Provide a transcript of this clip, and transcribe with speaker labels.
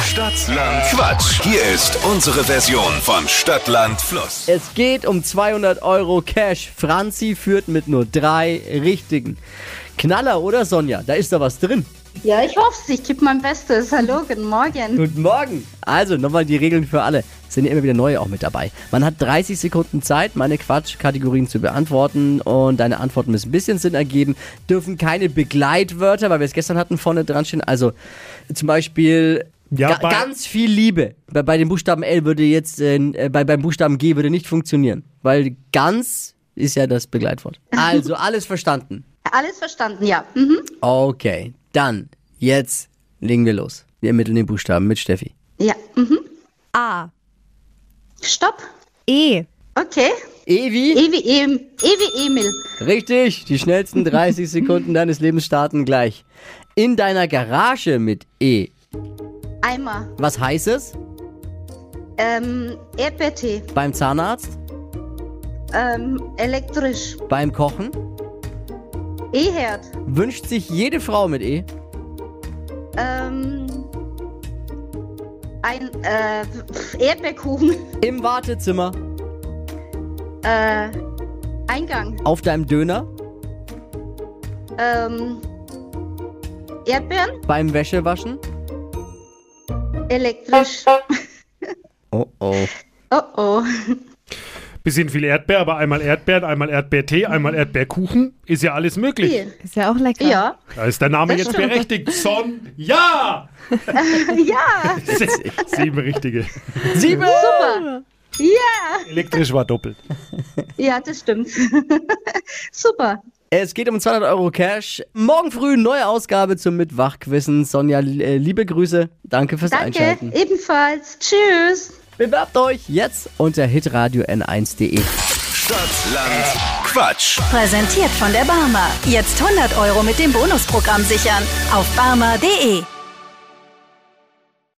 Speaker 1: Stadtland Quatsch. Hier ist unsere Version von Stadtland Fluss.
Speaker 2: Es geht um 200 Euro Cash. Franzi führt mit nur drei richtigen. Knaller, oder Sonja? Da ist da was drin.
Speaker 3: Ja, ich hoffe es. Ich gebe mein Bestes. Hallo, guten Morgen.
Speaker 2: Guten Morgen. Also, nochmal die Regeln für alle. Es Sind ja immer wieder neue auch mit dabei. Man hat 30 Sekunden Zeit, meine Quatschkategorien zu beantworten. Und deine Antworten müssen ein bisschen Sinn ergeben. Dürfen keine Begleitwörter, weil wir es gestern hatten, vorne dran stehen. Also, zum Beispiel.
Speaker 4: Ja,
Speaker 2: ga
Speaker 4: bei-
Speaker 2: ganz viel Liebe. Bei, bei dem Buchstaben L würde jetzt, äh, äh, bei, beim Buchstaben G würde nicht funktionieren. Weil ganz ist ja das Begleitwort. Also, alles verstanden.
Speaker 3: Alles verstanden, ja. Mhm.
Speaker 2: Okay, dann, jetzt legen wir los. Wir ermitteln den Buchstaben mit Steffi.
Speaker 3: Ja. Mhm.
Speaker 5: A.
Speaker 3: Stopp.
Speaker 5: E.
Speaker 3: Okay.
Speaker 2: Evi,
Speaker 3: Ewi, em, Ewi Emil.
Speaker 2: richtig, die schnellsten 30 Sekunden deines Lebens starten gleich. In deiner Garage mit E.
Speaker 3: Eimer.
Speaker 2: Was heißt es?
Speaker 3: Ähm, Erdbeertee.
Speaker 2: Beim Zahnarzt?
Speaker 3: Ähm, elektrisch.
Speaker 2: Beim Kochen?
Speaker 3: E-Herd.
Speaker 2: Wünscht sich jede Frau mit E?
Speaker 3: Ähm, ein äh, pf, Erdbeerkuchen.
Speaker 2: Im Wartezimmer?
Speaker 3: Äh, Eingang.
Speaker 2: Auf deinem Döner?
Speaker 3: Ähm, Erdbeeren.
Speaker 2: Beim Wäschewaschen?
Speaker 3: Elektrisch.
Speaker 2: Oh oh.
Speaker 3: Oh oh.
Speaker 4: Bisschen viel Erdbeer, aber einmal Erdbeeren, einmal Erdbeertee, einmal Erdbeerkuchen. Ist ja alles möglich.
Speaker 3: Viel.
Speaker 5: Ist ja auch lecker.
Speaker 3: Ja.
Speaker 4: Da ist der Name
Speaker 3: Das
Speaker 4: jetzt
Speaker 3: stimmt.
Speaker 4: berechtigt. Son, ja!
Speaker 3: Ja.
Speaker 4: Sie- Sieben richtige.
Speaker 2: Sieben!
Speaker 3: Super. Ja.
Speaker 4: Elektrisch war doppelt.
Speaker 3: Ja, das stimmt. Super.
Speaker 2: Es geht um 200 Euro Cash. Morgen früh neue Ausgabe zum Mitwachquissen. Sonja, äh, liebe Grüße. Danke fürs
Speaker 3: Danke.
Speaker 2: Einschalten.
Speaker 3: Ebenfalls. Tschüss.
Speaker 2: Bewerbt euch jetzt unter hitradio n1.de.
Speaker 1: Stadtland Quatsch.
Speaker 6: Präsentiert von der Barmer. Jetzt 100 Euro mit dem Bonusprogramm sichern. Auf barmer.de.